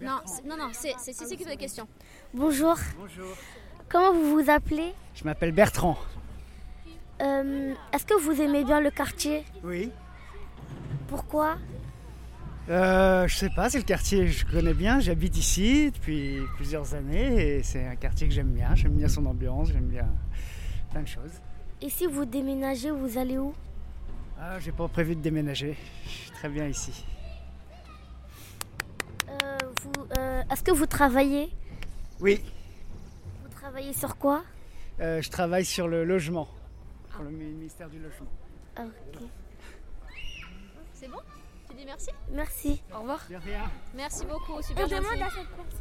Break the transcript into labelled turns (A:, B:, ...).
A: Non, c'est- non, non, c'est c'est Cissé qui fait la question.
B: Bonjour.
C: Bonjour.
B: Comment vous vous appelez
C: Je m'appelle Bertrand.
B: Euh, Est-ce que vous aimez bien le quartier
C: Oui.
B: Pourquoi
C: Euh, je sais pas, c'est le quartier que je connais bien. J'habite ici depuis plusieurs années et c'est un quartier que j'aime bien. J'aime bien son ambiance, j'aime bien plein de choses.
B: Et si vous déménagez, vous allez où
C: Ah, j'ai pas prévu de déménager. Je suis très bien ici.
B: Euh, vous- euh, Est-ce que vous travaillez
C: Oui,
B: Vous travaillez sur quoi
C: euh, je travaille sur le logement, pour le ministère du logement.
B: Ah, ok.
A: C'est bon Tu dis merci
B: Merci.
A: Au revoir.
C: De rien.
A: Merci beaucoup,
B: On
A: super gentil.
B: demande à cette personne